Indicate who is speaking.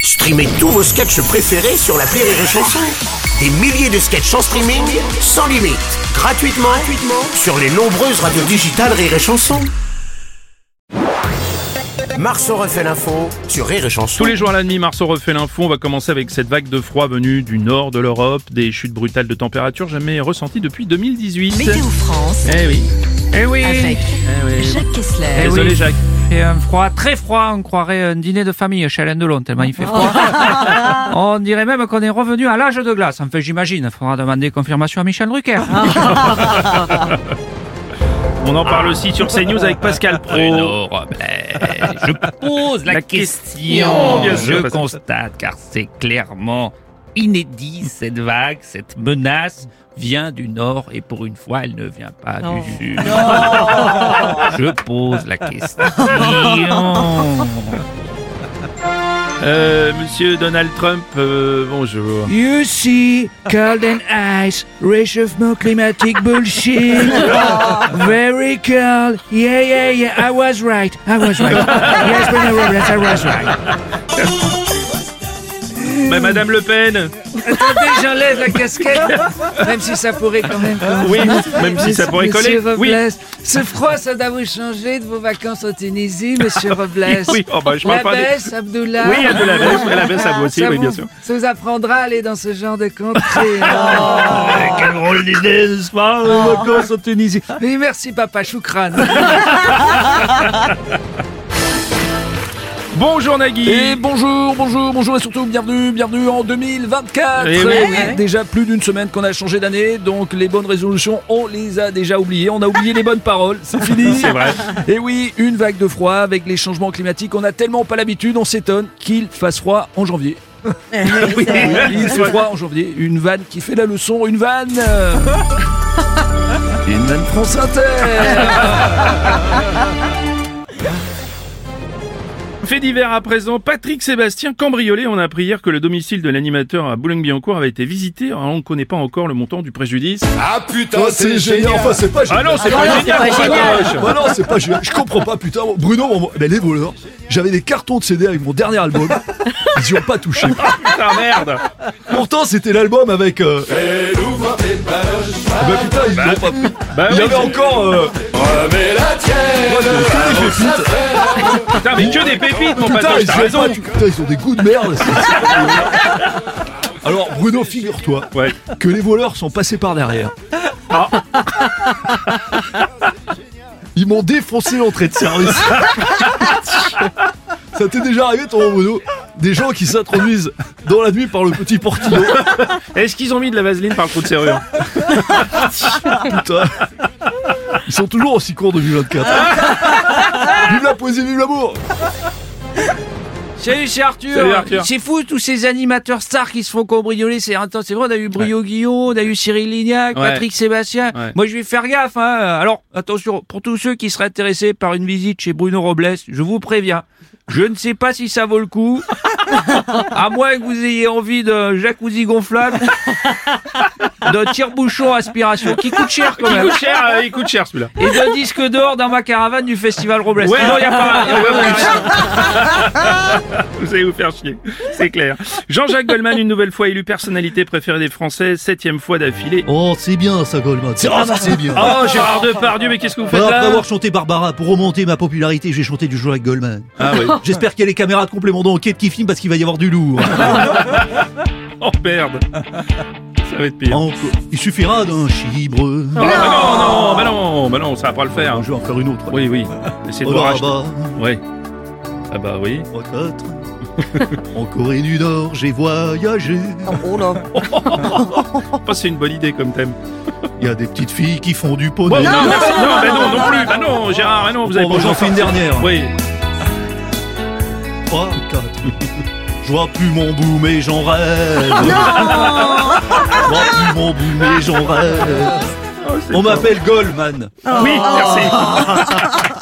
Speaker 1: Streamez tous vos sketchs préférés sur la Rire et Chanson. Des milliers de sketchs en streaming, sans limite, gratuitement, gratuitement sur les nombreuses radios digitales Rire et Chanson. Marceau refait l'info sur Rire et Chanson.
Speaker 2: Tous les jours à la nuit, Marceau refait l'info. On va commencer avec cette vague de froid venue du nord de l'Europe, des chutes brutales de température jamais ressenties depuis 2018.
Speaker 3: Météo France
Speaker 2: Eh oui. Eh oui.
Speaker 3: avec
Speaker 2: Eh oui.
Speaker 3: Jacques Kessler.
Speaker 4: Eh oui.
Speaker 2: Désolé Jacques.
Speaker 4: fait un froid très froid, on croirait un dîner de famille chez Alain Delon, tellement il fait froid. on dirait même qu'on est revenu à l'âge de glace. Enfin, j'imagine, faudra demander confirmation à Michel Drucker.
Speaker 2: On en parle aussi sur CNews avec Pascal Pro.
Speaker 5: je pose la,
Speaker 4: La
Speaker 5: question.
Speaker 2: Bien sûr,
Speaker 5: je
Speaker 2: parce que-
Speaker 5: constate, car c'est clairement inédit, cette vague, cette menace vient du nord et pour une fois, elle ne vient pas du sud. Je pose la question.
Speaker 2: Euh, Monsieur Donald Trump, euh, bonjour.
Speaker 4: You see, cold and ice, réchauffement climatique bullshit. Very cold. Yeah, yeah, yeah, I was right. I was right. Yes, Bruno Robles, I was right.
Speaker 2: Bah, Madame Le Pen.
Speaker 4: Attendez, j'enlève la casquette, même si ça pourrait quand même coller.
Speaker 2: Oui, même si ça pourrait coller.
Speaker 4: Monsieur
Speaker 2: Oui.
Speaker 4: Robles, ce froid, ça doit vous changer de vos vacances en Tunisie, monsieur Robles.
Speaker 2: Oui, oh, bah, je
Speaker 4: la
Speaker 2: parle pas des-
Speaker 4: baisse, Abdullah.
Speaker 2: Oui, elle de la baisse, elle la baisse à vous aussi,
Speaker 4: ça,
Speaker 2: oui,
Speaker 4: vous,
Speaker 2: bien sûr.
Speaker 4: ça vous apprendra à aller dans ce genre de hein. contrée.
Speaker 2: Ah, Quelle drôle d'idée, n'est-ce pas vacances en Tunisie.
Speaker 4: Oui, merci, papa Choukran.
Speaker 2: Bonjour Nagui.
Speaker 6: Et bonjour, bonjour, bonjour et surtout bienvenue, bienvenue en 2024
Speaker 2: Eh oui.
Speaker 6: Eh oui, Déjà plus d'une semaine qu'on a changé d'année, donc les bonnes résolutions, on les a déjà oubliées, on a oublié les bonnes paroles, c'est fini
Speaker 2: C'est vrai.
Speaker 6: Et Eh oui, une vague de froid avec les changements climatiques, on a tellement pas l'habitude, on s'étonne qu'il fasse froid en janvier. oui, il fait froid en janvier, une vanne qui fait la leçon, une vanne euh, Une vanne France Inter
Speaker 2: Fait divers à présent, Patrick Sébastien cambriolé. On a appris hier que le domicile de l'animateur à Boulogne-Billancourt avait été visité. Alors, on ne connaît pas encore le montant du préjudice.
Speaker 7: Ah putain, c'est génial. Enfin, c'est pas
Speaker 2: Ah
Speaker 7: génial.
Speaker 2: non, c'est pas génial, c'est pas gauche.
Speaker 7: Ouais, non, c'est pas génial. Je comprends pas, putain. Bruno, bon, ben, les voleurs, j'avais des cartons de CD avec mon dernier album. Ils y ont pas touché.
Speaker 2: Putain, merde.
Speaker 7: Pourtant, c'était l'album avec. Euh... Ah bah putain, ils l'ont pas pris.
Speaker 2: Bah
Speaker 7: Il y
Speaker 2: oui,
Speaker 7: avait encore. Euh... Remets la tienne.
Speaker 2: Putain, mais que des pépites, mon
Speaker 7: Putain,
Speaker 2: patoche,
Speaker 7: ils
Speaker 2: t'as
Speaker 7: ont
Speaker 2: raison.
Speaker 7: pas tout- putain, ils ont des goûts de merde. c'est- c'est- Alors, Bruno, figure-toi
Speaker 2: Ouais.
Speaker 7: que les voleurs sont passés par derrière. Ah. Ils m'ont défoncé l'entrée de service. Ça t'est déjà arrivé, ton Bruno Des gens qui s'introduisent dans la nuit par le petit portillon.
Speaker 2: Est-ce qu'ils ont mis de la vaseline par le trou de serrure
Speaker 7: Putain. Ils sont toujours aussi courts 2024. Vive la poésie, vive l'amour
Speaker 4: Salut, c'est Arthur.
Speaker 2: Salut, Arthur.
Speaker 4: C'est fou, tous ces animateurs stars qui se font cambrioler. C'est attends, c'est vrai, on a eu Brio Guillaume, on a eu Cyril Lignac,
Speaker 2: Ouais.
Speaker 4: Patrick Sébastien.
Speaker 2: Ouais.
Speaker 4: Moi, je vais faire gaffe. Hein. Alors, attention, pour tous ceux qui seraient intéressés par une visite chez Bruno Robles, je vous préviens, je ne sais pas si ça vaut le coup. à moins que vous ayez envie d'un jacuzzi gonflable, d'un tire-bouchon aspiration, qui coûte cher quand
Speaker 2: Il
Speaker 4: même,
Speaker 2: coûte cher, euh, il coûte cher celui-là.
Speaker 4: et d'un disque d'or dans ma caravane du Festival Robles.
Speaker 2: Ouais,
Speaker 4: Sinon, y a pas- y a pas-
Speaker 2: Vous allez vous faire chier, c'est clair. Jean-Jacques Goldman, une nouvelle fois élu personnalité préférée des Français, septième fois d'affilée.
Speaker 8: Oh, c'est bien ça, Goldman. C'est c'est bien.
Speaker 2: Oh, Gérard Depardieu, mais qu'est-ce que vous faites
Speaker 8: Voilà, après
Speaker 2: là
Speaker 8: avoir chanté Barbara, pour remonter ma popularité, j'ai chanté du jour avec Goldman.
Speaker 2: Ah oui.
Speaker 8: J'espère qu'il y a les caméras de complément d'enquête qui filment parce qu'il va y avoir du lourd.
Speaker 2: Ah Oh merde. Ça va être pire.
Speaker 8: Encore. Il suffira d'un chibre.
Speaker 2: Oh, bah non, non, bah non, bah non, ça va pas le faire.
Speaker 8: Je vais en faire une autre.
Speaker 2: Oui, oui. Essayez de
Speaker 8: Oh,
Speaker 2: vous
Speaker 8: là,
Speaker 2: racheter.
Speaker 8: bas,
Speaker 2: Oui. Ah bah oui.
Speaker 8: trois, quatre. en Corée du Nord, j'ai voyagé.
Speaker 2: Ah. Je pense que c'est une bonne idée comme thème.
Speaker 8: Il y a des petites filles qui font du
Speaker 2: Bon,
Speaker 8: poney.
Speaker 2: non, merci. non, bah non, non plus. Bah non, Gérard, bah non, vous avez
Speaker 8: Bon, bah,
Speaker 2: pas
Speaker 8: j'en fais une dernière.
Speaker 2: Oui.
Speaker 8: 3, 4. Je vois plus mon bout, mais j'en rêve. Je vois plus mon bout, mais j'en rêve.
Speaker 2: Oh, c'est
Speaker 8: On
Speaker 2: pas- Oh.
Speaker 8: m'appelle Goldman.
Speaker 2: Oui, merci.